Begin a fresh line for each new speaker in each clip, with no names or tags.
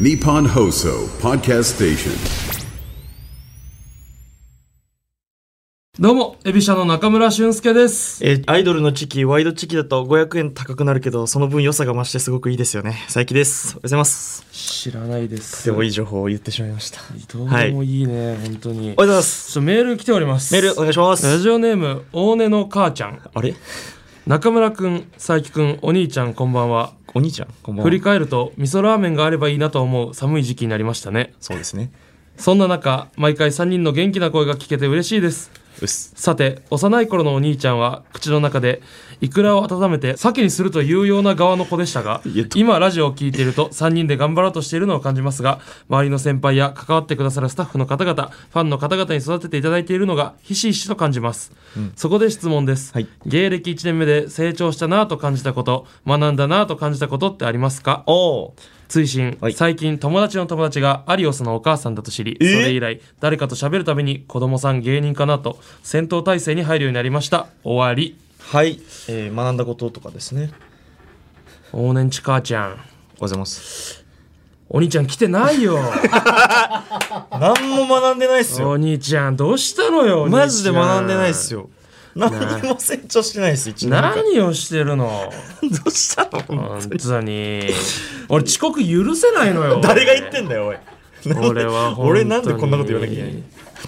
Nippon Hoso Podcast Station.
どうも、エビシャの中村俊介です。
えーアイドルのチキ、ワイドチキだと500円高くなるけど、その分良さが増してすごくいいですよね。佐伯です。おはようございます。
知らないです。
でもいい情報を言ってしまいました。おはよ
どう
はい
でもいいね、本当に。
うございま
ちょ
す。
っとメール来ております。
メールお願いしま
ラ
す。
ジオネーム、大根の母ちゃん。
あれ
中村くん、佐伯くん、お兄ちゃん、こんばんは。
お兄ちゃん、こんばん
振り
は。
返ると、味噌ラーメンがあればいいなと思う寒い時期になりましたね。
そうですね。
そんな中、毎回3人の元気な声が聞けて嬉しいです。
うっす。
さて、幼い頃のお兄ちゃんは、口の中で、イクラを温めて、鮭にするというような側の子でしたが
言っ、と
今ラジオを聞いていると、3人で頑張ろうとしているのを感じますが、周りの先輩や関わってくださるスタッフの方々、ファンの方々に育てていただいているのが、ひしひしと感じます。そこで質問です。
はい
芸歴1年目で成長したなぁと感じたこと、学んだなぁと感じたことってありますか
おー。
追伸、
はい
最近友達の友達がアリオスのお母さんだと知り、
え
それ以来誰かと喋るために子供さん芸人かなと戦闘態勢に入るようになりました終わり
はい。えー、学んだこととかですね。
往年ち母ちゃん
おはようございます。
お兄ちゃん来てない よ
何も学んでないっすよ。
お兄ちゃんどうしたのよお兄ちゃん
マジで学んでないっすよ。何にも成長してないっす、一年間。
何をしてるの
どうしたの
本当 に俺遅刻許せないのよ
誰が言ってんだよ、おい。
俺は本当に
俺なんでこんなこと言わなきゃいけないの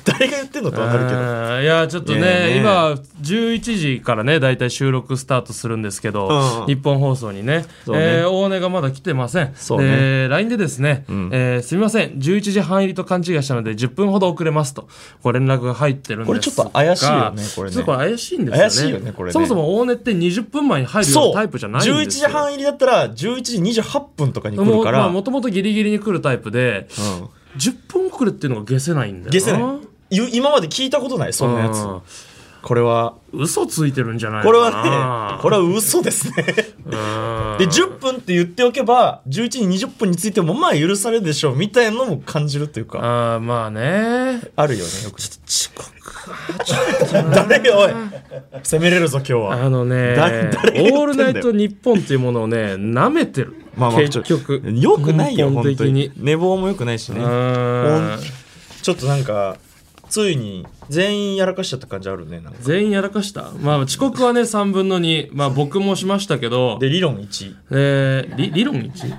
誰が言ってんのとはなるけど。
うんいやちょっとね
いやいやね
今11時からねだいたい収録スタートするんですけど、
うん
日本放送にね
そうね
えー大根がまだ来てません
そうね
で LINE でですね、えーすみません11時半入りと勘違いしたので10分ほど遅れますとご連絡が入ってるんですが
これちょっと怪しいよねこれね
ちょっとこれ怪しいんですよね
怪しいよねこれね
そもそも大根って20分前に入るよう
そ
な
う
タイプじゃないん
11
です
時
よ
半入りだったら11時28分とかに来る
も,、
から、
まあ、もともとギリギリに来るタイプで、
うん
10分遅れっていうのが消せないんだよな
ゲセねゆ今まで聞いたことないそんなやつ
うん
これは
嘘ついてるんじゃない
こ
の
れ
かな
はねこれは嘘ですね
うん
で10分って言っておけば11時20分についてもまあ許されるでしょうみたいなのも感じるというか
あーまあね
あるよねよく
遅刻
誰がおい責めれるぞ今日は
あのね
だ誰が言ってんだよ
オールナイト日本っていうものをね舐めてる、
まあまあ
結局
ちょよくないよ
根本
本
的
当
に
に寝坊もよくないしね
うん
ちょっとなんかついに全員やらかしちゃった感じあるねなんか
全員やらかしたまあ遅刻はね3分の2まあ僕もしましたけど
で理論1
えー、理理論 1?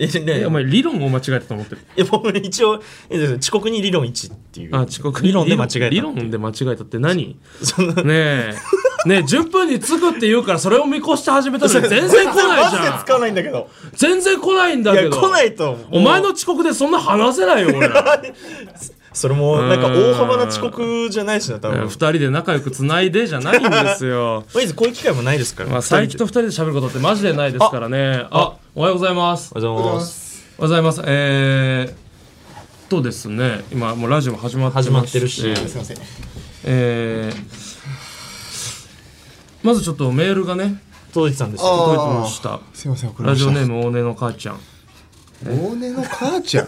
えね
えお前理論を間違えたと思ってる
いや、僕一応、え遅刻に理論1っていう。
あ遅刻
理論で間違えた。
理論で間違えたって何
そんな。
ねえねえ10分に着くって言うからそれを見越して始めたのに全然来ないじ
マジ
ゃ
で
ん
使わないんだけど。
全然来ないんだ
い
け
や、
ど
来ないと。
お前の遅刻でそんな話せないよ俺ら
それも、なんか大幅な遅刻じゃないしな、多分。
2人で仲良くつないでじゃないんですよ
まずこういう機会もないですから。
まあ佐伯と2人で喋ることってマジでないですからねあおはようございます
おはようございます。
おはようございますえー、とですね今もうラジオも始まってま
始まってるし。
えーえーまずちょっとメールがね
届いてたんですよ。
届いてました
すいません、これ。
ラジオネーム大根の母ちゃん
大根の母ちゃん。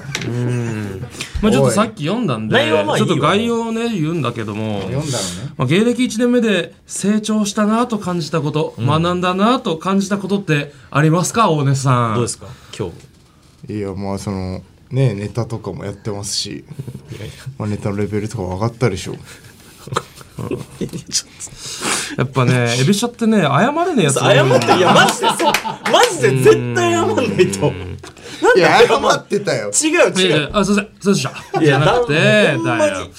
まあちょっとさっき読んだんで
内容はまあいい
ちょ
よ
っと概要をね言うんだけども
読んだのね。
まあ、芸歴1年目で成長したなと感じたこと、学んだなと感じたことってありますか大根さん
どうですか今日。
いや、まあ、その、ね、ネタとかもやってます し。まあ、ネタのレベルとか上がったでしょ
やっぱねエビシャってね謝れねえやつ多い
謝
んだ
って、いや、マジでそう。マジで絶対謝んないと。
いや、謝ってたよ。
違う
いやい
違
や
う。
あすいませんそうでした
い
じゃ
や
なくてだ
だ
よ
ほんまに
あ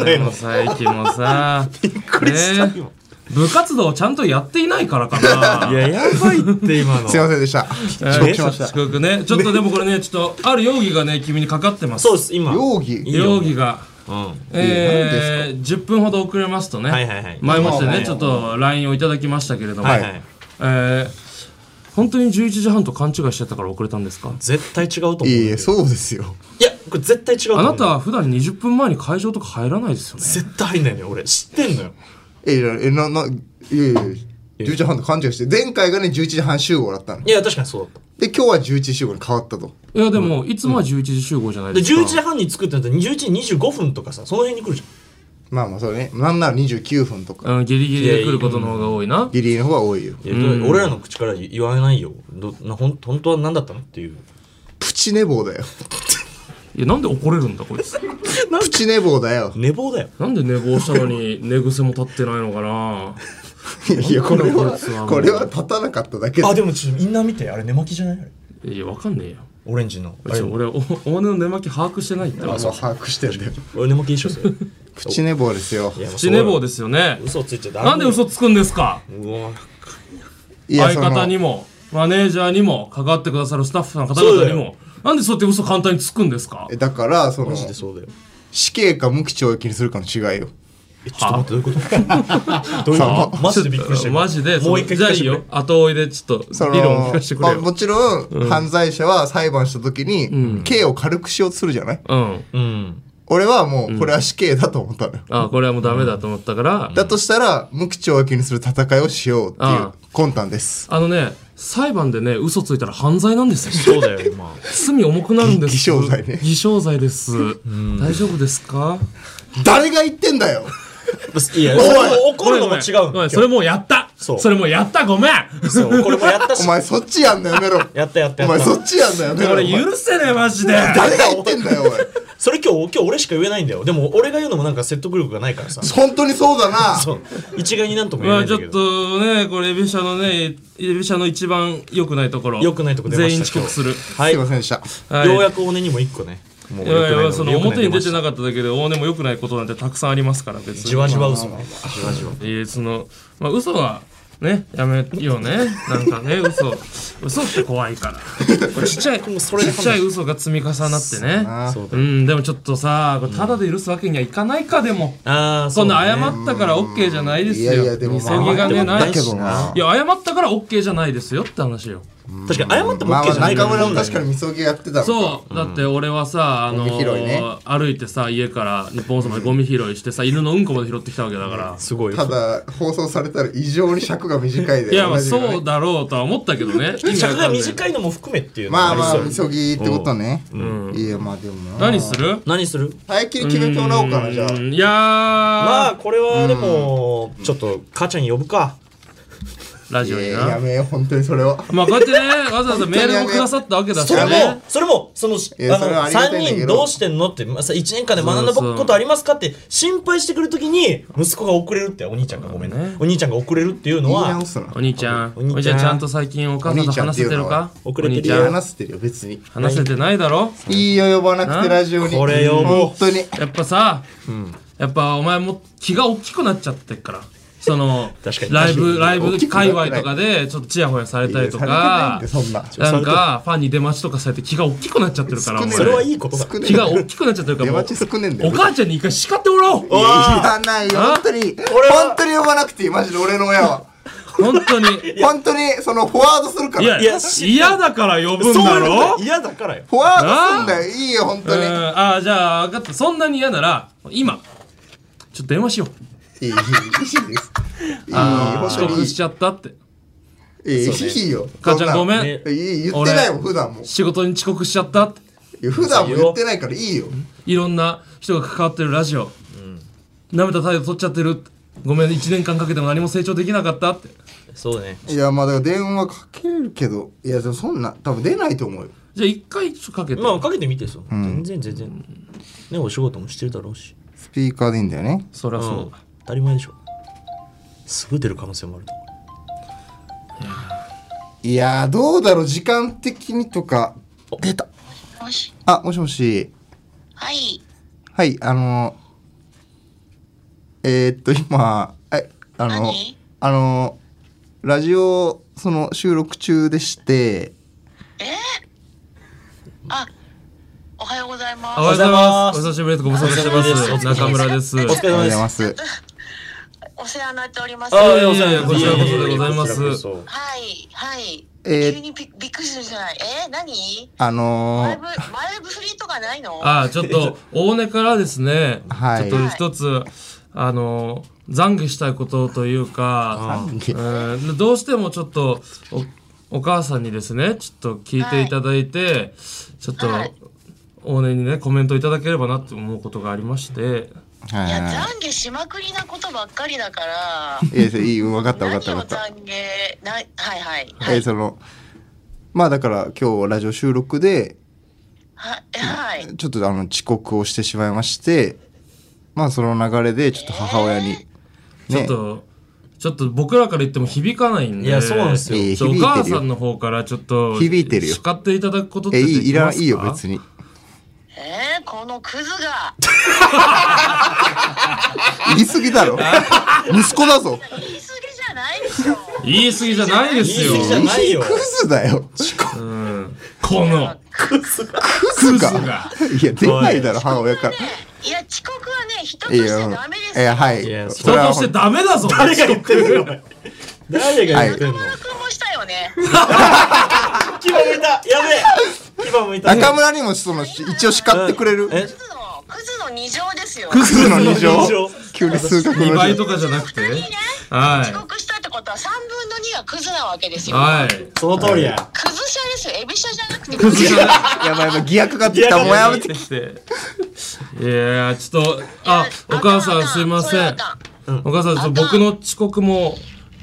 ーでも最近も さびっく
りしたよ
部活動をちゃんとやっていないからかない
や、やばいって今 の。
すいませんでした。
遅
遅刻しました。
刻ねちょっとでもこれねちょっとある容疑がね君にかかってます
そうです、今。
容疑。
よ
容疑が
うん。
えー、10分ほど遅れますとね、
はいはいはい
前もって
まあまあ
ね
まあ
ちょっと LINE をいただきましたけれども、
はいはい。
えー、本当に11時半と勘違いしてたから遅れたんですか
絶対違うと思う。
いやいや、そうですよ。
いや、これ絶対違うと思
あ
う。
なたは普段20分前に会場とか入らないですよね
絶対入んないのよ、俺。知ってんのよ。
え、いやえ、な、な、いやいやいや。11時半と勘違いして前回がね11時半集合だったの
いや、確かにそうだっ
で今日は11時集合に変わったと
いやでもいつもは11時集合じゃない
た。で、
ですか、
11時半に着くってなったら、11時25分とかさ、その辺に来るじ
まあまあそうねなんなら29分とか
うん、ギリギリで来ることの方が多いな
ギリギリの方が多いよ
ゃん。いや、俺らの口から言わないよ。どなほん本当は何だったのっていう。
プ
チ寝坊だよ
いやなんで怒れるんだこいつ
プチ寝坊だよ
寝坊だよ。
なんで寝坊したのに寝癖も立ってないのかない
やいやこれ
こいつはも
は
う
これは立たなかっただけだ
あ、でもちょっとインナー見て、あれ寝巻きじゃないあ れ
いやわかんねえよ
オレンジの。あ
ち
れ
ょ俺おお前の寝巻き把握してないって
あそう把握してんだよ
俺寝巻き一緒です よ。
プチ寝坊ですよ
プチ寝坊ですよね
嘘ついちゃダメ。
なんで嘘つくんですか
うわ
いや
相
その
方にもマネージャーにも関わってくださるスタッフの方々に
そうだ
もなんでそうやって嘘簡単につくんですか
えだからその
マジでそうだよ。
死刑か無期懲役にするかの違いよ
え、ちょっと待って、どういうこと どういうことマジでびっくりしてる。
マジで
もう一回
じ
聞
ゃあ
か
い
せ
い
てくれ
よ。後追いでちょっと
その
理論を聞かせてくれ
まあ
よ
もちろん、犯罪者は裁判した時に、刑を軽くしようとするじゃない
うん
うん。
俺はもうこれは死刑だと思ったのよ、
あこれはもうダメだと思ったから
だとしたら無期懲役にする戦いをしようっていう
あ
魂胆です
あのね裁判でね嘘ついたら犯罪なんですよ
そうだよ、ま
罪重くなるんです
偽証罪ね
偽証罪です大丈夫ですか
誰が言ってんだよ
あ。いや、
お
怒るのも違う
ごめ
の
ん。それもうやった
そう
それもうやったごめん
そう、これもやったし
お。前そっちやんのやめろ
やったやった
お
や
前
っ
そ
た。
っちやんのやめろ
こ
お
れ
前
許せねえマジ で
誰が言ってんだよおい
それ今日、今日俺しか言えないんだよ。でも俺が言うのもなんか説得力がないからさ。
本当にそうだな
そう。一概になんとも言え
ま
ない
あちょ
んだけ
っ
ど。
とね、これ、エビシャのね、エビシャの一番良くないところ。
良くないとこ出ました
全員遅刻する。
はい。
すいま
よ
せんでした
はいう
やくおねにも一個ね。もう
いやい
良くない
や、
の
その
良くない
表に出て
ま
な
し
かっただけで、大根も良くないことなんてたくさんありますから、別
た
に。
じわじわ嘘ね。じわじわ。
えーその、まあ、嘘は、ね、やめようね。なんかね、 嘘。嘘って怖いから。これちっちゃい、
もうそれで
ちっちゃい嘘が積み重なってね。
そう
う
だよ。
ん、でもちょっとさ、これただで許すわけにはいかないか、でも。
ああ、
そんな
だね
謝ったから OK じゃないです
い
よ。
やいやでも
急ぎがね、
まあ
な
だ
い
け
し
どない
や、謝ったから OK じゃないですよって話よ。
確かに謝っても
まあま
OK
あ
じゃない
中村も
本来
確かにみそぎやってたのか
そう、だって俺はさ、あの
ゴミ拾いね
歩いてさ、家から日本放送までゴミ拾いしてさ、犬のうんこまで拾ってきたわけだから。
すごいよ。
ただ放送されたら異常に尺が短いで
いや、まあ
同じのね
そうだろうとは思ったけどね。
尺が
い。
短いのも含めっていうのも
まあま
り
あ
そう
みそぎってことねいやまあでもな
何する
何する
早切り決めてもらおうかなじゃあ
うんいやー、
まあこれはでもちょっと母ちゃん呼ぶか
ラジオ
え
に
ーや
な。
めよう本当にそれは
まあこうやってね、わざわざメールもくださったわけだし
それ
ね
も。それもその
や
あ
それはあ
の
りがた
3
いんだけど
人どうしてんのってまあさ1年間で学ん
そ
だ
うそう
ことありますかって心配してくるときに息子が遅れるってお兄ちゃんがごめんねお兄ちゃんが遅れるっていうの
言い
は
直すな
お兄ちゃん、お
お兄ちゃん
兄ちゃんちゃんと最近お母さんと話せてるかお
お兄ちゃん
兄
っ
ち
ていう
ゃ
のは
ん、
話してるよ別に
話せてないだろ
いいよ呼ばなくてラジオに
これ呼ぼう
本当に
やっぱさ、やっぱお前も気が大きくなっちゃってっから。その
確かに
ライブ、
確
ライブ
大きくなっ
界
てない
隈とかで、ちょっとチヤホヤされたりと
さ
か
れ、てないんだよそん
なんか、ファンに出待ちとかされて気が大きくなっちゃってるから、お
な
前
それはいいことだ
少ねえ
気が大きくなっちゃってるか
出
ら、もう
待ち少ねえんだ
お
よ
母ちゃんに一回叱ってもらおう
いやいらないよ本当に
は
本当に呼ばなくていいマジで俺の親は
本当に。
本当にそのフォワードするか
い
ら
や、
フ
いや
嫌だから呼ぶんだ
そういうこ
ろ
と嫌だからよ
ォワードすんだよいいよ本
う
当
ん、
に
ああ、じゃあ、分かった。そんなに嫌なら、今、ちょっと電話しよう。
いいいいいいですいい本
遅
当に
刻
い
しちゃったって。
いいいいいいよ
母ちゃんご
そ
めん。
な
ね
いい言ってないもん普段も
仕事に遅刻しちゃったって。
いや普段も言ってないからいいよ
いろんな人が関わってるラジオ、舐めた態度取っちゃってるごめん1年間かけても何も成長できなかったって
そうね
いやまあだから電話かけるけどいやでもそんな多分出ないと思うよ
じゃあ一回ちょっとかけて、
まあかけてみてそう全然全然ねお仕事もしてるだろうし
スピーカーでいいんだよね
そりゃそうだ、
当たり前でしょすぐ出る可能性もあると
いやーどうだろう時間的にとか出た
もし、
あもしもし
はい、
はいあのえー、っと今えあの
何
あのラジオその収録中でして
あ、おはようございま
あおはようございますお久しぶりですご無沙汰してます
お疲れ様です
中村です
お疲れ様
おはようご
です
ざいます
す。お世話になっております。
あ
はいい、
やいやいやこちらこそでございます
こちらこそ
はい。
えー
急にびびっくりするじゃない。えー、何
あ
前
の
部、前部振りとかないの
あちょっと大根からですね、
はい
ちょっと一つあの懺悔したいことというか
懺
うんどうしてもちょっとおお母さんにですねちょっと聞いていただいて、ちょっと、
はい
大根にねコメントいただければなって思うことがありまして
はい
いや、
は
懺悔しまくりなことばっかりだ から。
いいやいやいい分かった分
何
か
を
った分かった
懺悔、なはいはい。
えーそのまあだから今日ラジオ収録で
ははい
ちょっとあの遅刻をしてしまいましてまあその流れでちょっと母親に、
ちょっと、ちょっと僕らから言っても響かないんで。
いやそうなんですよ
いや
ちょお
響いてるよ
母さんの方からちょっと、
響いてるよ
叱っていただくことって
え
で
いいい
きま
ら
す
い
か
いよ別。に
えー、このクズが
言い過ぎだろ 息子だぞ
言い過ぎじゃないでしょ
言い過ぎじゃないですよ
言。い過ぎじゃないよ
クズだよ遅刻
うんこの、
クズか
クズが
いや出ないだろ母親から
いや遅刻はね人と
い
し
や
て
い
ダメですよ
やはい
や
い
そ
人としてダメだぞ。
誰が言ってるの誰が言ってんの、
中村君もしたよね
牙向いたやべえ牙向いた
中村にもその一応叱ってくれる
え
クズのクズの二乗ですよ
クズの二
クズの
乗
二乗
急に数学の
2倍
二乗
とかじゃなくて。
二人ね遅
は
刻したってことは3分の2がクズなわけです
い。
よ
はい。
その通りや
クズ社ですよエビ社じゃなくて
クズじゃない。
やばいやばい疑惑がってきたもうやめて
きて。いやー、ちょっと、あ、お母さんすいません。お母さんそう、僕の遅刻も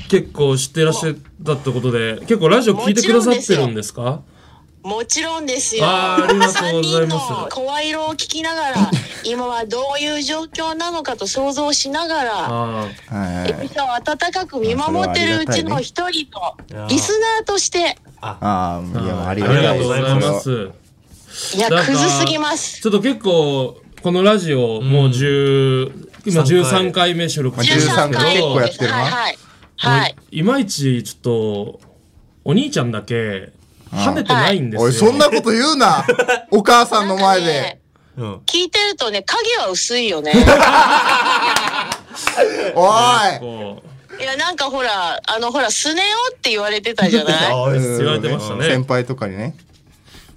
結構知ってらっしゃったってことで、結構ラジオ聞いてくださってるんですか
もちろんですよ
あーありがとうございます
3人の声色を聞き ながら今はどういう状況なのかと想像しながら
あ
はい
エビ社を温かく見守ってるうちの一人と
れはありがたいね
リスナーとして
ああいや
あ。
ありがたい
あ
で
り
す
がとうございます。
いや
なんか
クズすぎます
ちょっと結構、このラジオ、もう十、今13回目収録
まあ
してるんですけど
13回
結構やってるな
はいはい、はい、
いまいちちょっと、お兄ちゃんだけ、跳ねてないんですよ。
おいそんなこと言うなお母さんの前
なんか
で
ね
うん
聞いてるとね影は薄い よね
おい
こう
いやなんかほらあのほらスネ夫って言われてたじゃない
あ
言われてましたね
先輩とかにね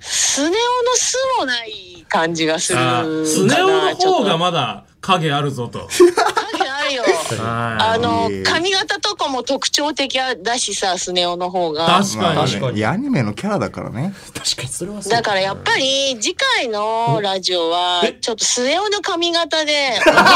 スネ夫の巣もない感じがする
あースネ夫の方が
ま
まだ影あるぞと。
影あるよ
は
あの
えー
髪型とかも特徴的だしさスネ夫の方
い。
が
確
まあ
かに。
確かに
いやアニメのキャラだからね
確かにそれはそう
だからやっぱり次回のラジオは
え
ちょっとスネ夫の髪型で
めんどく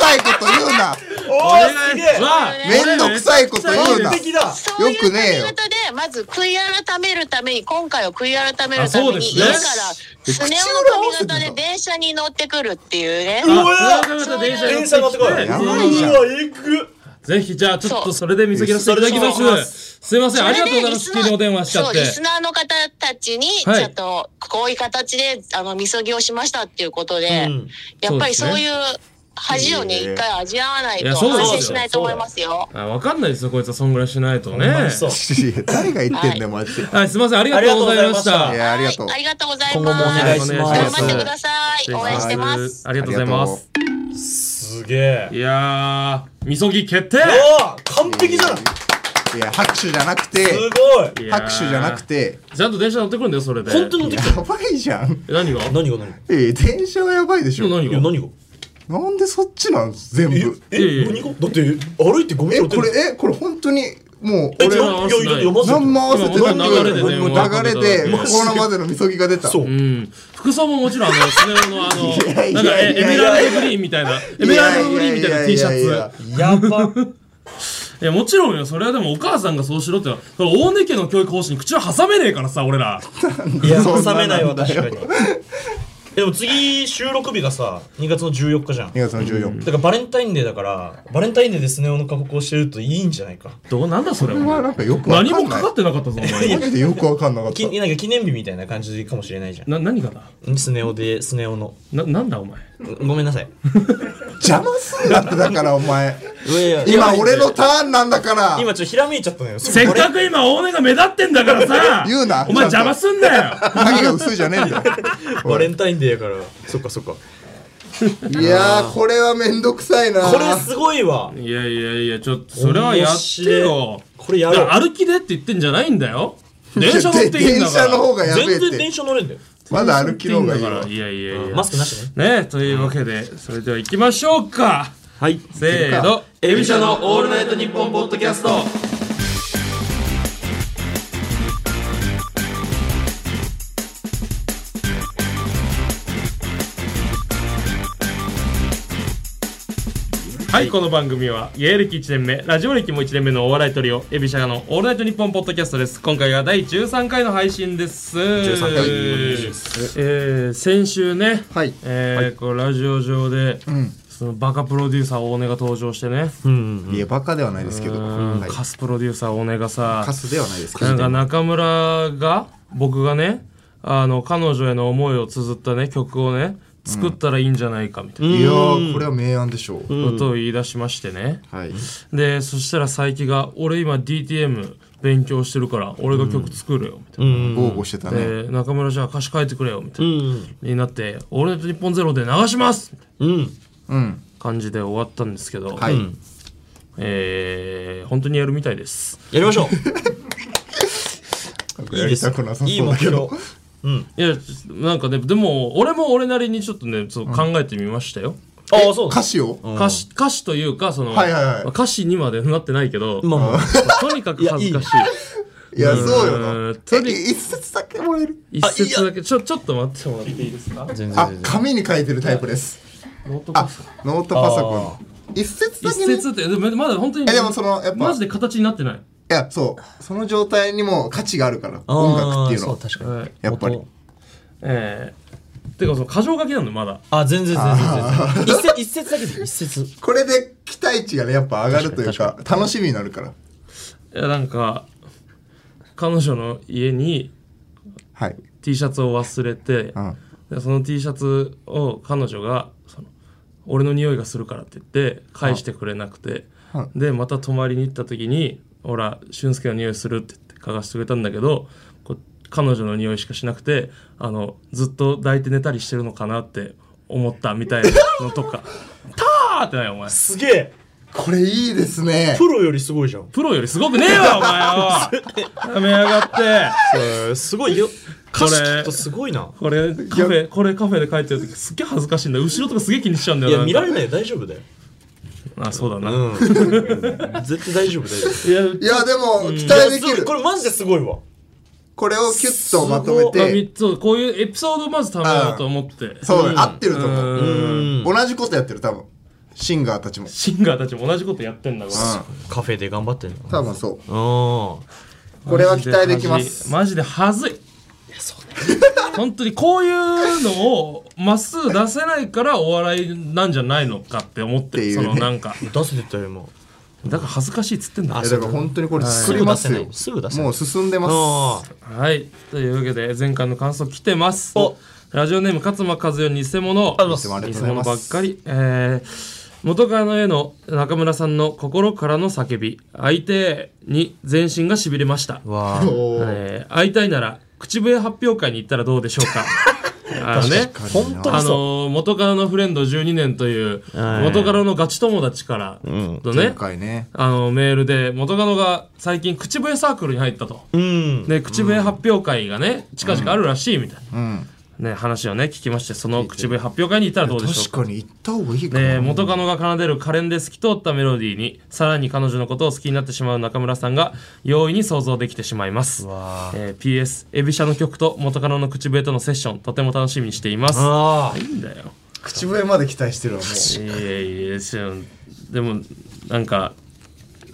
さいこと言うな
お
お
ーすげえ
めんどくさいこと言う
完
な
璧だ
そういう
よくねえ
髪
よ
型でまず悔い改めるために今回を悔い改めるた
あそうで
めに
すね
今からスネ夫
口
の髪型
裏合わせて
で
た
電車に乗ってくるっていうね。
うわ電
電
車
車
乗
乗
っ
ってて
こ
こ
い
いう
わ
いやばいじゃん
えぐ
ぜひじゃあちょっ
そう
とそれで見せ切らせていただきま。
それでいきます
すいません、ありがとうございます。
そ
急
れで
にお電話しちゃっ
リスナーそう、リ
て。
スナーの方たちに、ち
はい
ょっと、こういう形で、あの、みそぎをしましたっていうことで、
うん
やっぱり
そう
そ
で
う
すね
いう恥をね、一回味わわない
いや
と、
そう
反
ですよ
省しないと思いますよ。
あ、わかんないですよ、こいつはそんぐらいしないとね。
楽しそう
いや誰が言ってんだよマジで
はい、すいません、ありがとうございまし
あ
た
い。やありがとう
はいありがとうござい
今後もお
ます。
願いします
頑張ってください。応援してます。。
ありがとうございます。
すげえ
いやー、みそぎ決定
おー完璧じゃんす
いや拍手じゃなくて
ごい
いやー
拍手じゃなく。て
ちゃんと電車乗ってくるんだよ、それで。
本当に乗って
や
きた
ばいじゃん
え何が
何が何が
え電車はやばいでしょ
何
いや
が
何が
なんでそっちなん全
え
部
いや
え
いや
何がだって歩いて5
え
メート
こ
ル
れえこれ本当にもう
え
俺
違ういやいやいやマジで
何も合わせてな
今
く
流れでね
もう流れで
もう
コロナまでのみそぎが出た
そう
うん、服装ももちろんあのスネ夫のあの
いやい
な
や
んかえ
いやいや
エメラルドグリーンみたいなエメラルドグリーンみたいない
や
T
い
シ
やいやいや
ャツ
やば
いやもちろんよそれはでもお母さんがそうしろってのはそれ大根家の教育方針に口を挟めねえからさ俺ら
いや
そんな
収めないわ
なん
確
だ
か
よ
にでも次収録日がさ2月の14日じゃん
2月の14
だからバレンタインデーだからバレンタインデーでスネ夫の格好をしてるといいんじゃないか
どうなんだそれ
これは
は
なんかよくわかん
何
ない
もかかってなかったぞお前
マジでよくわかんなかった
きなんか記念日みたいな感じかもしれないじゃ
な何がだ
んスネ夫でスネ夫の
ななんだお前
ごめんなさい
邪魔すんなってだからお前
いやいや
今俺のターンなんだから
今ちょっとひらめいちゃったのよ
せっかく今大根が目立ってんだからさ
言うな
お前邪魔すんなよ
影が薄いじゃねえんだよ
バレンタインデーやからそっかそっか
いやーこれはめんどくさいな
これすごいわ
いやいやいやちょっとそれはやってよ
これや
だから
ろう
歩きでって言ってんじゃないんだよ電車乗っていいんだから
電車の方がやべえ
全
っ
然電
て
車乗れんだよ
まだ歩きの方がいい
から
わ
いやいやいや
マスクなしね
ねというわけで、それでは行きましょうか
はい
せーの「エビシャのオールナイトニッポン」ポッドキャストはい、この番組は芸歴1年目ラジオ歴も1年目のお笑いトリオエビシャガの「オールナイトニッポン」ポッドキャストです今回が第13回の配信です
13回
えー先週ね、
はい
えーこうラジオ上で、そのバカプロデューサー大根が登場してね、
いやバカではないですけど、はい、
カスプロデューサー大根がさ
カスではないですけ
なん
ど
か中村が僕がねあの彼女への思いを綴ったね曲をね作ったらいいんじゃないかみたい
いやーこれは明暗でしょう、
なことを言い出しましてね、
はい
でそしたら佐伯が「俺今 DTM 勉強してるから俺が曲作るよ」みたいな。
豪語してたね、
で中村じゃあ歌詞書いてくれよみたいな、になって「俺と日本ゼロで流します!」みたいな
うん
感じで終わったんですけど、
はい、
えー、本当にやるみたいです
やりましょ
なん
う
か
い
や
いで
り
す
たくなさ
いい
そう
目
だけ
標
ど
いやなんかねでも俺も俺なりにちょっとねそう考えてみましたよ、
ああそう
歌詞を
歌詞歌詞というかその、
はいはいはい
まあ歌詞にまでなってないけど、
まあまあ
とにかく恥ずかしい
いやそうよ
うーん
な
と
え
に
一節だけもらえる
一節だけちょちょっと待ってもらっていいですか
全然
あ
全然
紙に書いてるタイプです
ノートパ
あ
ソコン
ノートパソコン一節だ
一
けね
節ってでもまだ本当に
えでもそのやっぱ
マジで形になってない、
いやそうその状態にも価値があるから
あー
音楽っていうの
そう
は
確か
は
に
い、
やっぱり
元
えー、てかその箇条書きなのまだ
あ全然全然全然一節一節だけでいい一節
これで期待値がねやっぱ上がるというか楽しみになるから
いやなんか彼女の家に
はい
T シャツを忘れて、でその T シャツを彼女がその俺の匂いがするからって言って返してくれなくて、でまた泊まりに行った時に「ほら俊介の匂いする」って言って嗅がしてくれたんだけどこう彼女の匂いしかしなくてあのずっと抱いて寝たりしてるのかなって思ったみたいなのとか「 たー!」ってないお前
すげえ
これいいですね
プロよりすごいじゃん
プロよりすごくねえわお前はやめやがって
すごいよ歌詞
これ
聞くとすごいな
これカフェこれカフェで書いてる時すっげえ恥ずかしいんだよ後ろとかすげえ気にしちゃうんだ
い
よ
や見ら
れ
れないよ大丈夫だよ
あそうだな、
うん絶対大丈夫大丈夫
いや
いやでも期待でき
すごい
る
これマジですごいわ
これをキュッとまとめ
まあ
て
みそうこういうエピソードをまずためようと思って
そう合ってると思
う
うん同じことやってる多分シンガーたちも
シンガーたちも同じことやってんだから
カフェで頑張ってんの
多分そう
あ
これは期待できます
マジで恥ずいいやそうね本当にこういうのをまっすぐ出せないからお笑いなんじゃないのかって思ってる
っていう
そ
ね
のなんか
あ出せてたよ今
だから恥ずかしいっつってんだ
いやだから本当にこれ作りますよ
すぐ出せない
もう進んでま
あ
す
はいというわけで前回の感想来てます
お
ラジオネーム勝間和代偽物
ありがとうございます
あり
偽
がとうござい
物
ます
ばっかり、えー元カノへの中村さんの心からの叫び相手に全身がしびれました、
わあ
おー
えー会いたいなら口笛発表会に行ったらどうでしょう かあのね
本当
あ
にそ
のー元カノのフレンド12年という元カノのガチ友達からとね、
今回ね
あのメールで元カノが最近口笛サークルに入ったと、
ううん
で口笛発表会がね近々あるらしいみたいな、
うん
ね、話をね聞きましてその口笛発表会に行ったらどうでしょう
確
か
かに行った方がいいか
ね
な
元カノが奏でる可憐で透き通ったメロディーにさらに彼女のことを好きになってしまう中村さんが容易に想像できてしまいます、
わ
えー PS エビシャの曲と元カノの口笛とのセッションとても楽しみにしています
ああ
いいんだよ
口笛まで期待してるわもう
いやいやしでもなんか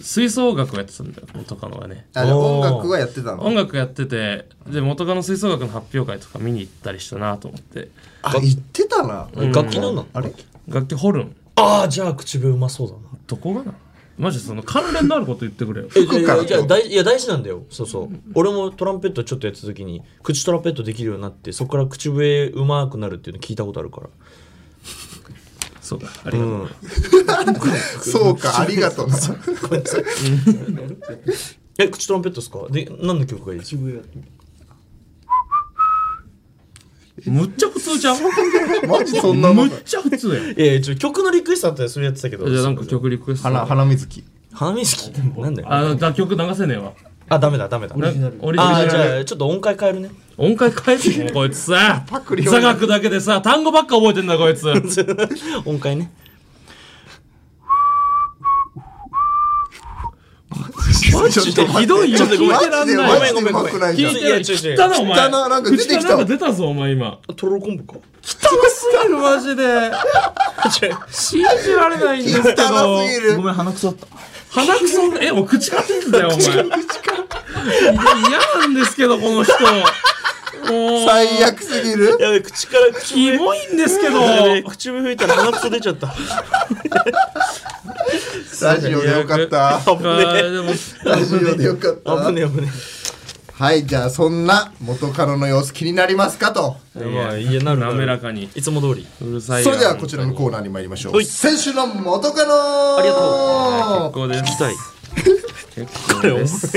吹奏楽をやってたんだよ元カノがね
あでも音楽はやってたの
音楽やっててで元カノ吹奏楽の発表会とか見に行ったりしたなと思って
あ言ってたな
楽器なんだ
あれ
楽器ホルン
ああじゃあ口笛うまそうだな
どこがなマジでその関連のあること言ってくれよ
え
服から
いやいや大いや大事なんだよそうそう俺もトランペットちょっとやってた時に口トランペットできるようになってそこから口笛うまくなるっていうの聞いたことあるから
そうだありがとう、
うん
そうかありがとうな
ごめんなさいえ口トランペットですかで何の曲がいいですか
むっちゃ普通じゃん
マジそんなの
むっちゃ普通やん
いやいやちょ曲のリクエストあったらそれやってたけど
じゃあなんか曲リクエスト
花花水木
花見好きなんだよ
あのだ曲流せねえわ
あダメだダメだ
オリジナルオリジ
あ
ナ
ーじゃ
ル
あちょっと音階変えるね
音階変えてよこいつさ
パクリ
座学だけでさ単語ばっか覚えてんだこいつ
音階ね
マジでひどいよ
ちょっと
聞いてらんない
マジでマジでうまくない
聞
じ
い
ゃん
て
いや
ない
違う違
汚
う
なお前
汚ななんか出てきた
口からなんか出たぞお前今
とろろ昆布か
汚するマジで信じられないんですけど
汚すぎる
ごめん鼻くそだった
鼻くそえお口から出てたよお前嫌なんですけどこの人もう
最悪すぎる
やべ口から口
キモいんですけど
やべ口笛吹いたら鼻くそ出ちゃった
ラジオでよかった
危
あ
ね
ーでも
ラジオでよかっ
え
た
危ねえ危ね
はいじゃあそんな元カノの様子気になりますかと
えまあいやなるなる
滑らかに
いつも通り
うるさい
それではこちらのコーナーに参りましょ
は
う
い
先週の元カ
ありが
ノ
こうです
聞きたい
結構です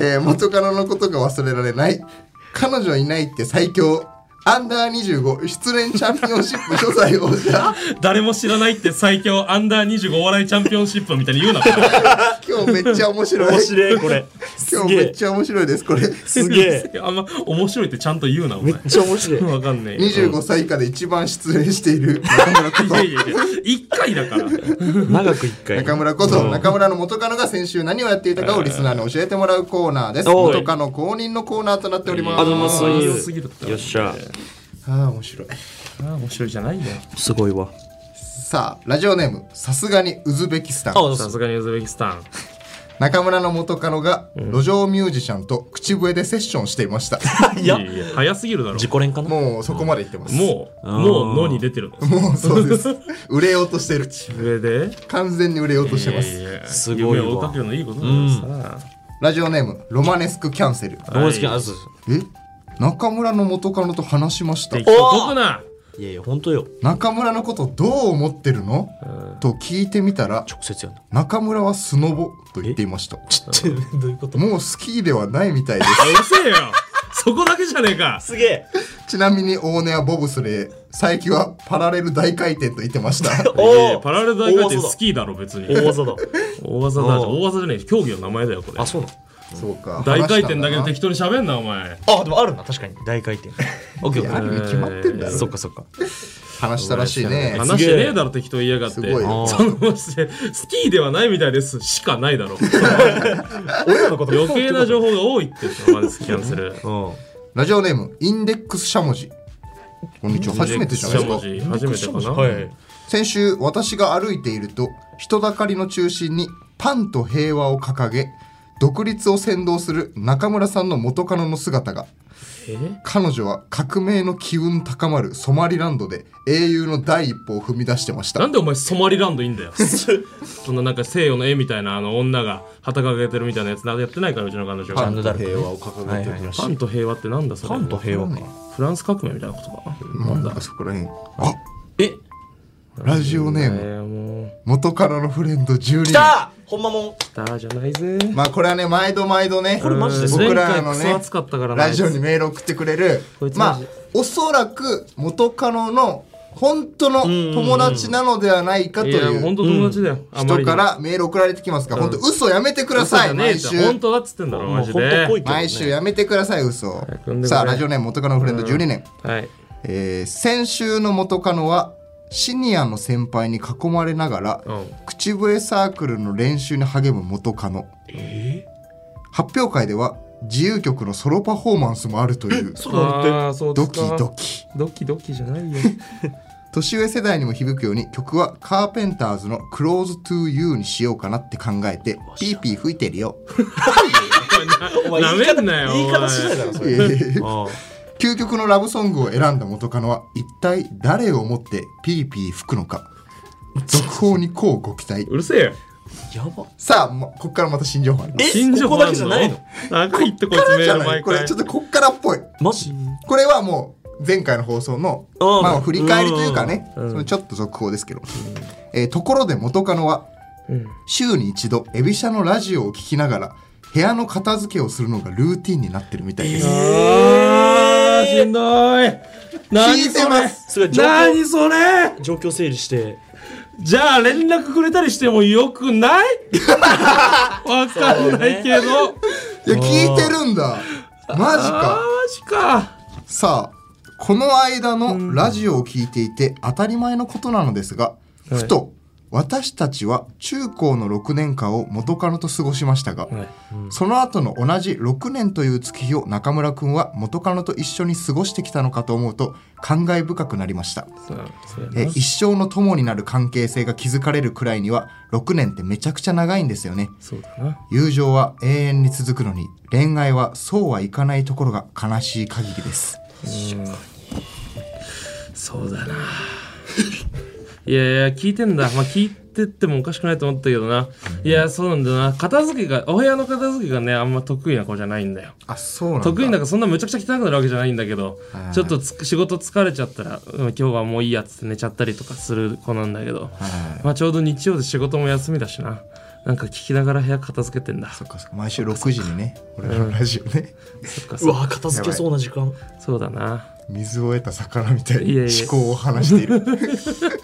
えー元カノのことが忘れられない彼女いないって最強アンダー25失恋チャンピオンシップ初代王者
誰も知らないって最強アンダー25お笑いチャンピオンシップみたいに言うな
今日めっちゃ面白い
面白いこれ
今
す
日
げ
めっ
え
ちゃ面白いですこれ
すげえ
あんま面白いってちゃんと言うなお
め
前
っちゃ面白い
わかんねえよ
25歳以下で一番失恋している中村こ
い
と
やいやいや一回だから
長く一回
中村こと中村の元カノが先週何をやっていたかをリスナーに教えてもらうコーナーです
おい
元カノ公認のコーナーとなっております
あどうもそう
い
い
いよ
うよっしゃ
ああ面白い
あー面白いじゃないよ
すごいわ
さあラジオネームさすがにウズベキスタン
あ
さすがにウズベキスタン
中村の元カノが路上ミュージシャンと口笛でセッションしていました
いや
や早すぎるだろ
自己連かな
もうそこまで言ってます
もう
ー
もう脳に出てるの
もうそうです売れようとしてる
上で
完全に売れようとしてます
いやいや
すごいわ
夢を追いかけるのいいことだからさ
ラジオネームロマネスクキャンセル
大好きなあず
え中村の元カノと話しました
適当解くない
やいや本当よ
中村のことどう思ってるのと聞いてみたら
直接やんな
中村はスノボと言っていました
ちょっと どういうこと
もうスキーではないみたいです
あうるせえよそこだけじゃねえか
すげえ
ちなみに大根はボブスレー佐伯はパラレル大回転と言ってました
いやい
お
や
お
パラレル大回
大
転
技だ
スキーだろ別に
大技だ
大技だ
うん
大技じゃねえ競技の名前だよこれ
あそうなの
そうか
大回転だけで
話し
適当に喋んなお前
あでもあるな確かに大回転オッケーオ
たんだ
ッ
なあるに決まってん
ケ
だ
ー
ろ
そっかそっか
話したらしいね
話してねえだろ適当言いやがって
すごいよ
そのしてスキーではないみたいですしかないだろ
俺らのこと
余計な情報が多いってまずキャンセル
報
ラジオネームインデックスしゃもじこんにちは初めてじゃないですか
しゃもじ初めてかな
はい
先週私が歩いていると人だかりの中心にパンと平和を掲げ独立を先導する中村さんの元カノの姿が彼女は革命の機運高まるソマリランドで英雄の第一歩を踏み出してまし
な
た
んでお前ソマリランドいいんだよそんななんか西洋の絵みたいなあの女が旗掲げてるみたいなやつなんかやってないからうちの彼女
パ
は
ンと平和を掲げて
はい
るらしい
パンと平和ってなんだそれ
パンと平和か
フランス革命みたいなことか
なんだあそこらへんあ
え
ラジオネー
えー、も
ム
う
元カノのフレンド
来
12人
たほんまもん
スターじゃないぜ
まあこれはね毎度毎度ね
これマジで
僕
前
らの
回ク
ね
ソ暑かったからな
ラジオにメール送ってくれる
こいつマ
まあ
ジ
おそらく元カノの本当の友達なのではないかと
いや
い
本
う
当友達だよ、あまり
人
に
からメール送られてきますから本当嘘やめてくだ
嘘じ
さい
ゃねえ
毎
じゃん本
週
当だっつってんだろ
もう
マ
本
ジ
当っ
で
ぽいけどね
毎週やめてください嘘
くんでくれ
さあラジオネーム元カノのフレンド12年
はい
えー先週の元カノはシニアの先輩に囲まれながら
うん
口笛サークルの練習に励む元カノ発表会では自由曲のソロパフォーマンスもあるという
そうだっ
ああそうで
ド
す
キ
か
ドキ
ドキドキじゃないよ
年上世代にも響くように曲はカーペンターズの「Close to You」にしようかなって考えてピーピー吹いてるよ
てお前
な
言い
め
方
んなよ
言い方次第だろそれあ
究極のラブソングを選んだ元カノは一体誰を思ってピーピー吹くのか続報にこうご期待
うるせえよ
ーやば
さあ、ま、こっからまた新情報あります
新
え
情
ここ
報
だけじゃないの
長いってこいつメ
じ
ー
ゃ
ル
ない
毎
これ
回
ちょっとこっからっぽい
マジ
これはもう前回の放送の
うん
まあ振り返りというかねそのちょっと続報ですけど、えーところで元カノは週に一度エビシャのラジオを聞きながら部屋の片付けをするのがルーティンになってるみたいです、
あーしんどい何
聞いてます
それ
それ
情報
何それ
状況整理して
じゃあ連絡くれたりしてもよく ないわかんないけど、
いや聞いてるんだ
あー
マジか
マジか
さあこの間のラジオを聞いていて当たり前のことなのですが、ふと私たちは中高の6年間を元カノと過ごしましたが、
はい
その後の同じ6年という月日を中村くんは元カノと一緒に過ごしてきたのかと思うと感慨深くなりました
そうそうやな
え一生の友になる関係性が築かれるくらいには6年ってめちゃくちゃ長いんですよね
そうだな
友情は永遠に続くのに恋愛はそうはいかないところが悲しい限りです
そうだないやいや聞いてんだまあ聞いてってもおかしくないと思ったけどないやそうなんだよな片付けがお部屋の片付けがねあんま得意な子じゃないんだよ
あそうなんだ
得意なんかそんなむちゃくちゃ汚くなるわけじゃないんだけど
はい
ちょっとつ仕事疲れちゃったらうん今日はもういいやっつって寝ちゃったりとかする子なんだけど
はい
まあちょうど日曜で仕事も休みだしななんか聞きながら部屋片付けてんだ
そっかそっか毎週6時にね俺らのラジオね
そっか
う
そ
わ片付けそうな時間
そうだな
水を得た魚みたい
いやい
に
や
思考を話している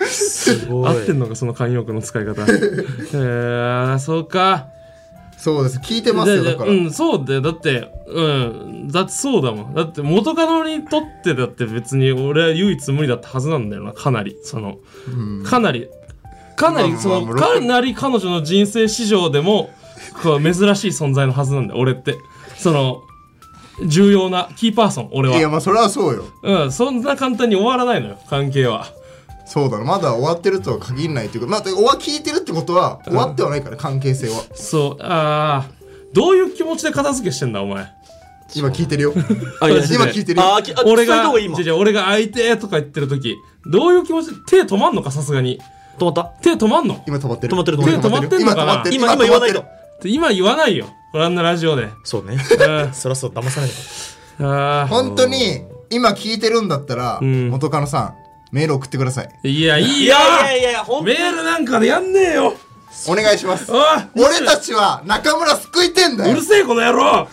すごい
合ってんのかその慣用句の使い 方へえー、そうか
そうです聞いてますよ
でで
だから、
うんそうだよだってうんだってそうだもんだって元カノにとってだって別に俺は唯一無理だったはずなんだよなかなりそのかなりかなり
まあ
そ
まあ
の
まあ
かなり彼女の人生史上でもこう珍しい存在のはずなんだよ俺ってその重要なキーパーソン俺
いや
は
まあそれはそうよ
うんそんな簡単に終わらないのよ関係は
そうだなまだ終わってるとは限らないというかまあで終わ聞いてるってことは終わってはないから、関係性は
そうあーどういう気持ちで片付けしてんだお前
今聞いてるよ
あ
いや
今聞いてるよ
あーきあ
俺
伝えた
が
方がいい今
じゃじゃ俺が相手とか言ってる時どういう気持ち手止まんのかさすがに
止まった
手止まんの
今止まってる
止まってる
今
止まってる
今止まってる
今今言わないと
って今言わないよご覧のラジオで
そうね
うん
そらそう騙されない
あ
本当に今聞いてるんだったら、
ん
元カノさんメール送ってください
ーいやいい
い
よ
やいやいやほん
メールなんかでやんねえよ
お願いします
おい
俺たちは中村救いてんだ
う
よ
るせえこの野郎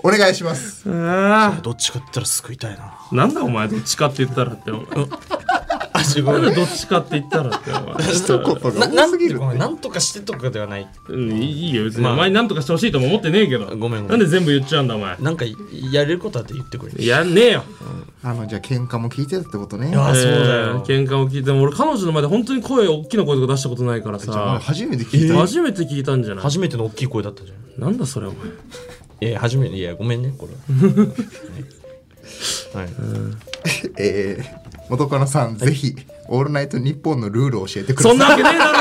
お願いします
あ
どっちかって言ったら救いたいな
ーなんだお前どっちかって言ったらってお前
あすご
なんだどっちかって言ったらってお 前
一言が
なな
多
ん
すぎる
ごめんなんとかしてとかではない
うんいいよ別に、
まあ
お前に何とかしてほしいとも思ってねえけど
ごめんごめん
なんで全部言っちゃうんだお前
なんかやれることあって言ってくれ
やんねえよ
あのじゃあ喧嘩も聞いてたってことね
あそうだよ
えー喧嘩を聞いても俺彼女の前で本当に声大きな声とか出したことないから
じゃ
さ
あ初めて聞いた、
初めて聞いたんじゃない
初めての大きい声だったじゃん
なんだそれお前
え初めていやごめんね これはいはい
えー、元カノさん、ぜひ「オールナイトニッポン」のルールを教えてくだ
そんな
さ
わ
い
けねえだ ろ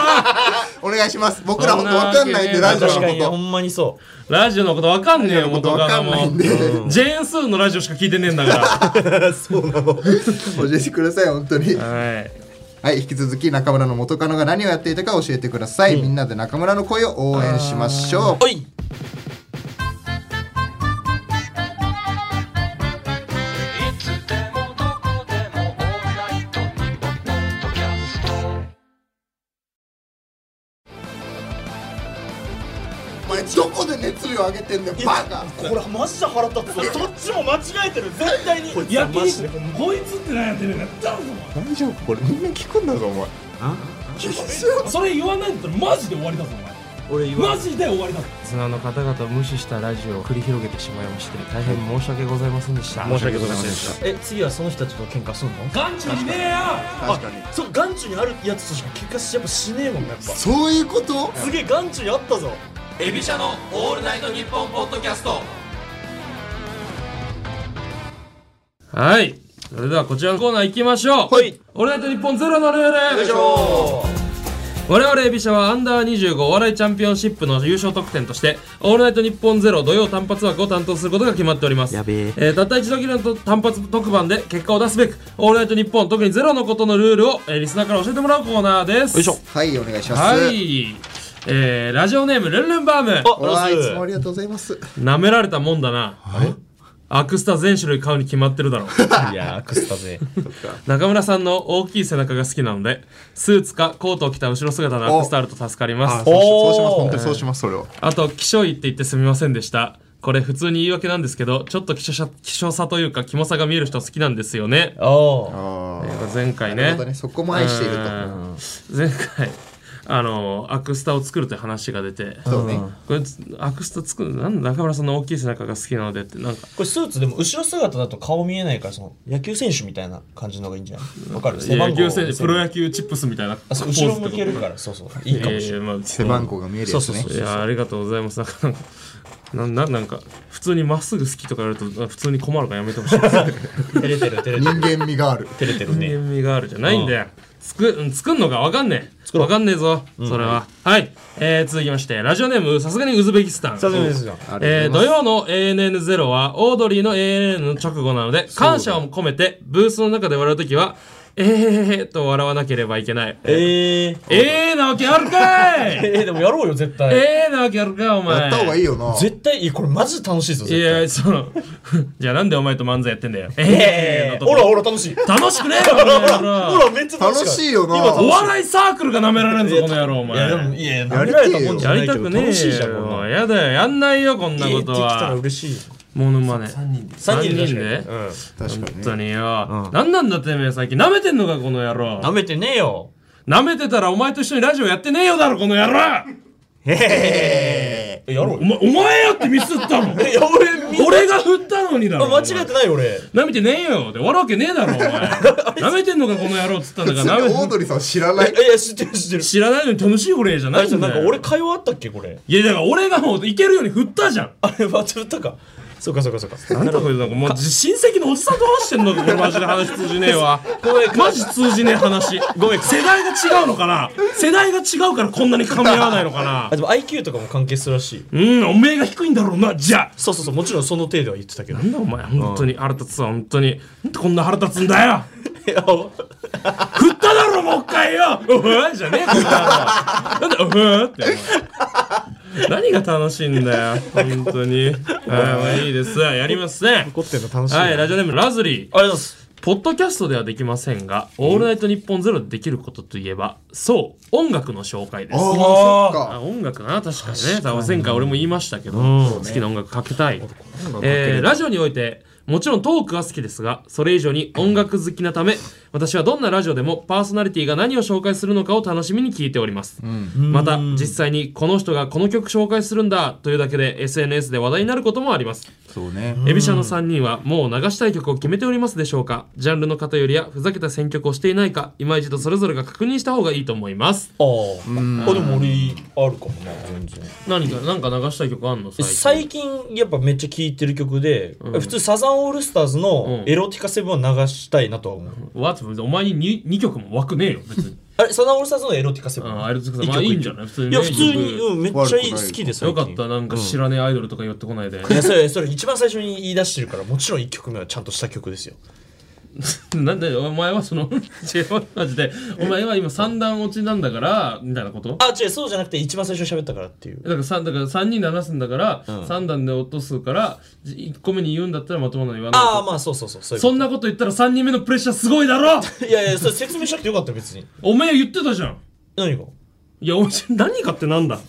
お願いします僕ら本当わかんないんでラジオ
確かに
の
ほ
こ
んまにそ
ラジオのことわかんねえよ
と本当
元
わ
カ
か
ノ
んない
も
んで教
ジェーン・スーのラジオしか聞いてねえんだか
えてください本当に
らはい
はい引き続き中村の元カノが何をやっていたか教えてください、みんなで中村の声を応援しましょ
うおい
うお前どこで熱量上げてんだよバカ
これマジで腹立つぞそっちも間違えてる絶対に
焼肉こいつって何やってるんだ
大丈夫これみんな聞くんだぞお前
それ言わないんだったらマジで終わりだぞ
俺言わ
ジで終わりだぞ綱の方々を無視したラジオを繰り広げてしまいまして大変申し訳ございませんでした申し訳ございませんでした
え次はその人たちと喧嘩すんの
眼中にねえ
確かに
そう眼中にあるやつとしか喧嘩しやっぱしねえもんねやっぱす
そういうこと
げえ眼中にあったぞ
よエビシャの「オールナイトニッポン」ポッドキャストはいそれではこちらのコーナー行きましょう
はい
オールナイトニッポンゼロのルール
ょ
我々エビシャはアンダー25お笑いチャンピオンシップの優勝得点として「オールナイトニッポンゼロ土曜単発枠を担当することが決まっております
やべえ
えーたった一度きりの単発特番で結果を出すべく「オールナイトニッポン」特にゼロのことのルールを、えーリスナーから教えてもらうコーナーです
よいしょ
はいお願いします
はいえー、ラジオネームルンルンバーム
あ
おーいつもあ
ラ
りがとうございます
なめられたもんだなアクスタ全種類買うに決まってるだろ う
スいやークスだ ぜ
中村さんの大きい背中が好きなのでスーツかコートを着た後ろ姿のアクスタあると助かります
そうし
おー
そうします本当にそうしますそれは
あと、気象いって言ってすみませんでした。これ普通に言い訳なんですけど、ちょっと気象さというか、キモさが見える人好きなんですよね。
おー
あ
前回
あなる
ね
ほど。ねそこも愛していると
うん前回。あのアクスタを作るという話が出て
そうね
これアクスタ作るなんで中村さんの大きい背中が好きなのでってなんか
これスーツでも後ろ姿だと顔見えないからその野球選手みたいな感じの方がいいんじゃないわかる
いや野球選
見
手
せ
プ
る
ロ野球チップスみたいな
あそう後
ポ
ろ
ーズ
向
ってこと
けるからそうそういいかもしれない
ややまあ
背番号が見えるやつ
そうそう
ね
そう
いやありがとうございますなんかなんなんなんか普通にまっすぐ好きとか言われるとあ普通に困るからやめてほしい
照れてる照れて
人
る
間味がある
照れてる
人
ね
間味があるじゃないんだよ作うん作んのかわかんねえわかんねえぞそれははいえー続きましてラジオネームさすがにウズベキスタン
さすがですよ
えー土曜の ANN0 はオードリーの ANN の直後なので感謝を込めてブースの中で笑うときはえーへへへと笑わなければいけないえ
えー、
ーなわけあるかい
えー、でもやろうよ絶対、
えーなわけあるかお前
やった方がいいよな
絶対いいこれマジ楽しいぞ
い
絶対
や、その、 じゃあなんでお前と漫才やってんだよ。
え
え
ー、ほらほら楽しいほ
楽しくねえよ、この野
ら
郎。
めっちゃ楽しい
楽しいよ
お
な
笑いサークルが舐められんぞ、この野郎、お
いやでも
前。
いややめられたもんじ
や
ゃな
り
いけ
た
ど
くね
楽しいじ
え
ゃんこんな
よ。
ん
やだよ、やんないよ、こんなこと
できたら
は。
嬉しい
モノマネ。
3人です
三
三
人
人
で
で
確か
うん
確かに
本
ね
当によ。なんなんだてめえ、最近。舐めてんのか、この野郎。
舐めてねえよ
舐めてたらお前と一緒にラジオやってねえよだろ、この野郎
えやろう
お前、お前やってミスったの
いや俺み
俺が振ったのにだろ。お
間
前
違えてない俺
舐めてねえよで終わるわけねえだろお前舐めてんのかこの野郎っつったんだ
オ
から舐
ー
め
ドリーさん知らない
えいや知ってる知ってる
知らないのに楽しいこれじゃ
あ
な
れ
いん
じ
だ
ゃ
よ
なんか俺会話あったっけこれ
いやだから俺がもういけるように振ったじゃん
あれはちょっとかそうかそうかそうか
なんだこれなんかもう親戚のおじさんと話してんのかこれマジで話通じねえわ
ごめん
マジ通じねえ話
ごめん
世代が違うのかな世代が違うからこんなに噛み合わないのかな
あでも IQ とかも関係するらしい
うんおめえが低いんだろうなじゃあ
そうそうそうもちろんその程度は言ってたけど
なんだお前本当に腹立つわ本当になんでこんな腹立つんだよ
い やお
振っただろもう一回よおふじゃねえこんなのなんでおふってお前何が楽しいんだよ本当にはいまあいいですやりますね
怒ってんの楽しいな
は
あ
い
りが
ラジオネームラズリー
とうございます
ポッドキャストではできませんが「オールナイトニッポンゼロでできることといえばそう音楽の紹介です
あ
あ
あ
ー
そっ
あ
か
音楽な確かにね多分前回俺も言いましたけど、好きな音楽かけたい、えーラジオにおいてもちろんトークは好きですがそれ以上に音楽好きなため私はどんなラジオでもパーソナリティが何を紹介するのかを楽しみに聞いております、また実際にこの人がこの曲紹介するんだというだけで SNS で話題になることもあります
そうね
エビシャの3人はもう流したい曲を決めておりますでしょうかジャンルの偏りやふざけた選曲をしていないか今一度それぞれが確認した方がいいと思います
あーあでも俺あるかもな全然
何か何か流したい曲あんの最近
最近やっぱめっちゃ聴いてる曲で、普通サザンオールスターズの
う
「
ん
エロティカセブン」は流したいなとは思う、
わつお前に 2, 曲も枠ねえよ別 に
あれサザンオールスターズの「エロティカセブン」
あーエロティカセブン
一
まあ
曲
いいんじゃない普通に
い
ね
や普通に、
曲
うん、めっちゃいい好きです
よかったなんか知らねえアイドルとか寄ってこないで、
いやそれそれ一番最初に言い出してるからもちろん1曲目はちゃんとした曲ですよ
なんでお前はその 違うマジでお前は今三段落ちなんだからみたいなこと
あ違うそうじゃなくて一番最初に喋ったからっていう
だから三だから三人で話すんだから、三段で落とすからじ一個目に言うんだったらまともなの言わない
ああ
と
まあそうそうそうそういうこ
そんなこと言ったら三人目のプレッシャーすごいだろ
といやいやそれ説明しなくてよかった別に
お前言ってたじゃん
何が
いやお前何かってなんだ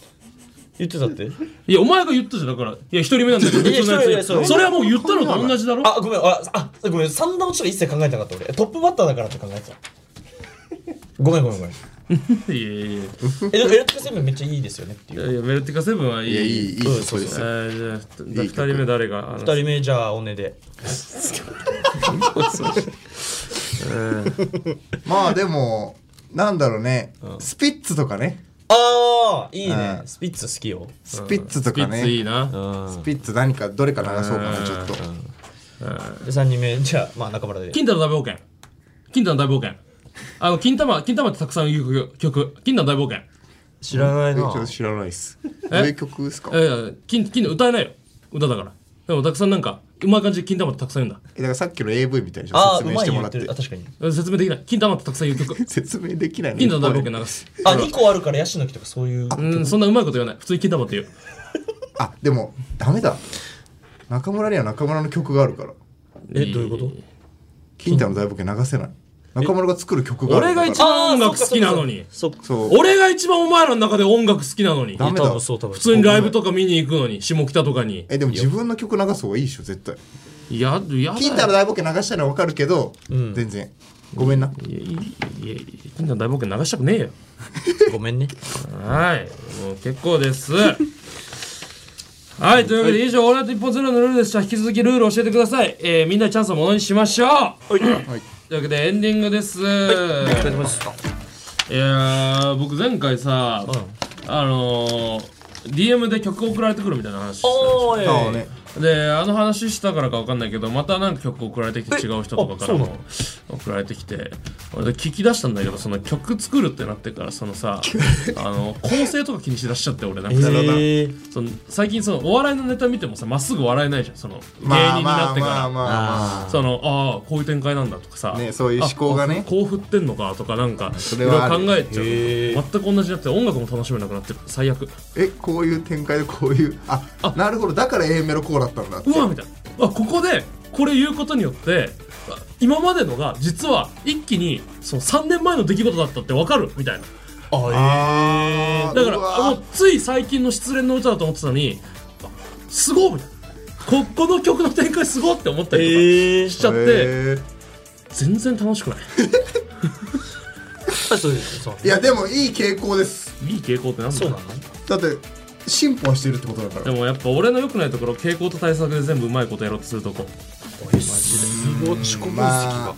言ってたって
いやお前が言ったじゃんだからいや一人目なんだけど
いや
普通のやつ
一人目
それはもう言ったのと同じだろ
あごめんああごめん三段落ちとか一切考えてなかった俺トップバッターだからって考えてた ごめんごめんごめん
いやいやいや
えでもエロティカセブンめっちゃいいですよねってい
いうやいやメルティカセブンはいい
いやいいいい
うん
そうです
え
よ
ーじゃあふた二人目誰が
二人目じゃあおねで
まあでもなんだろうねスピッツとかね
ああいいね
うん
スピッツ好きよ
スピッツと
ピ
か
ッツいい
ね
な
スピッツ何かどれか流そうかなちょっと
で三人目じゃあまあ中村で
金太の大冒険金太の大冒険あの金玉金玉ってたくさん言う曲金太の大冒険
知らない
ち
な
ょっと知らないっすど
え
ういう曲ですか
えー、金金歌えないよ歌だからでもたくさんなんかうまい感じで金玉ってたくさん言うんだ
えだからさっきの AV みたいにちょっと
ああ
説
う
明
ま
し
い
て
よ
も
言
ら
っ
って
る
て
あ確かに
えー説明できない金玉ってたくさん言う曲
説明できないね
金太の大冒
これ
険流す
あ二個あるからヤシの木とかそういう
うんそんなうまいこと言わない普通に金玉って言う
あでもダメだ中村には中村の曲があるから
えどういうこと
金太の大冒険流せない中村が作る曲がある
俺
ん
が
だから
一番音楽好きなのに
そっか
そう
俺が一番お前らの中で音楽好きなのに
ダ
多
メだ
分そう多分
普通にライブとか見に行くのに下北とかに
えでも自分の曲流す方がいいでしょ絶対
いややだよ
金太の大冒険流したいのは分かるけど、全然
ごめんない
や、いい、いや、いいの大冒険流したくねえよ。
ごめんね。
はい、もう結構です。はい、というわけで以上、オールナイト一本ゼロのルールでした。引き続きルールを教えてください。えー、みんなでチャンスをものにしましょう。というわけでエンディングです。
お疲れ様です
いやー僕前回さ、あのー DM で曲送られてくるみたいな話
おーい。
あね
であの話したからかわかんないけどまたなんか曲送られてきて違う人とかから
あそうな
も送られてきて俺で聞き出したんだけどその曲作るってなっ てからそのさあの構成とか気にしだしちゃって俺なんかさ、
えー
その最近そのお笑いのネタ見てもさまっすぐ笑えないじゃんその芸人に
まあま
な
あ
ってから、
まあまあ
あ
そのああこういう展開なんだとかさ、
ねそういう思考がね
あこう振ってんのかとかなんかい
れ
ろいろ
はある
考えちゃう
へ
全く同じになって音楽も楽しめなくなってる最悪
えこういう展開でこういうあ
あ
なるほどだから A メロこうだったんだって
うわみたいなあここでこれ言うことによってあ今までのが実は一気にその3年前の出来事だったって分かるみたいな
あー
だから
うわ
もうつい最近の失恋の歌だと思ってたのにあすごいみたいなここの曲の展開すごいって思った
え
りとか
ー
しちゃって、
へー
全然楽しくない
あそうですそう
いやでもいい傾向です
いい傾向ってなんだ
そう
ろ
な
う
の
だって進歩はしてるってことだから
でもやっぱ俺の良くないところ傾向と対策で全部うまいことやろうとするとこ
すごい自己分析
まあ
が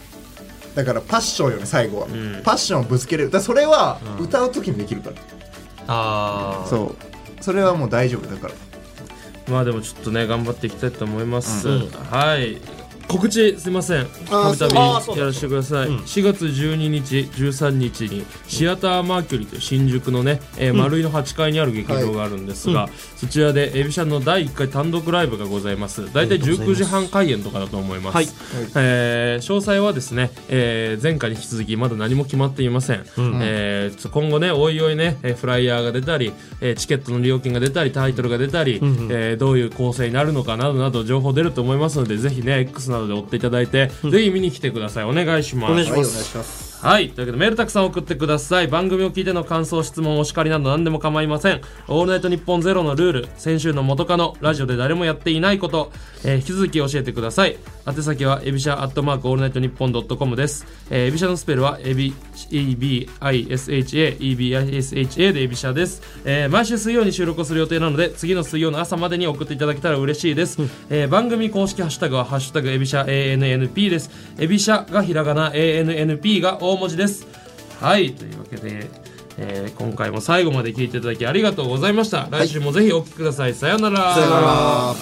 だからパッションよね最後は、パッションをぶつけるだからそれは歌う時にできるから、
啊
あー
そうそれはもう大丈夫だから
まあでもちょっとね頑張っていきたいと思います、
うん
はい告知すいませんたびたび
そうあーそうだ
やらせてください、
うん
4月12日13日にシアターマーキュリーという新宿のね、えー丸井の8階にある劇場があるんですが、そちらでエビシャンの第1回単独ライブがございます大体19時半開演とかだと思います、
はい
えー詳細はですね、えー前回に引き続きまだ何も決まっていません、えーちょ今後ねおいおいねえーフライヤーが出たり、えーチケットの料金が出たりタイトルが出たり、えーどういう構成になるのかなどなど情報出ると思いますのでぜひね X などで追っていただいて、ぜひ見に来てくださいお願いします
お願いし
はいお
ま
願い
す
します
はいというわけでメールたくさん送ってください番組を聞いての感想質問お叱りなど何でも構いません「オールナイトニッポンゼロのルール先週の元カノラジオで誰もやっていないこと、えー引き続き教えてください宛先はエビシャアットマークオールナイトニッポンドットコムです、えーエビシャのスペルはエビ EBISHAEBISHA でエビシャです、えー毎週水曜に収録をする予定なので次の水曜の朝までに送っていただけたら嬉しいです、えー番組公式ハッシュタグは「ハッシュタグエビシャ ANNP」ですエビシャがひらがな ANNP が大文字ですはいというわけで、えー今回も最後まで聞いていただきありがとうございました来週もぜひお聞きくださいさようなら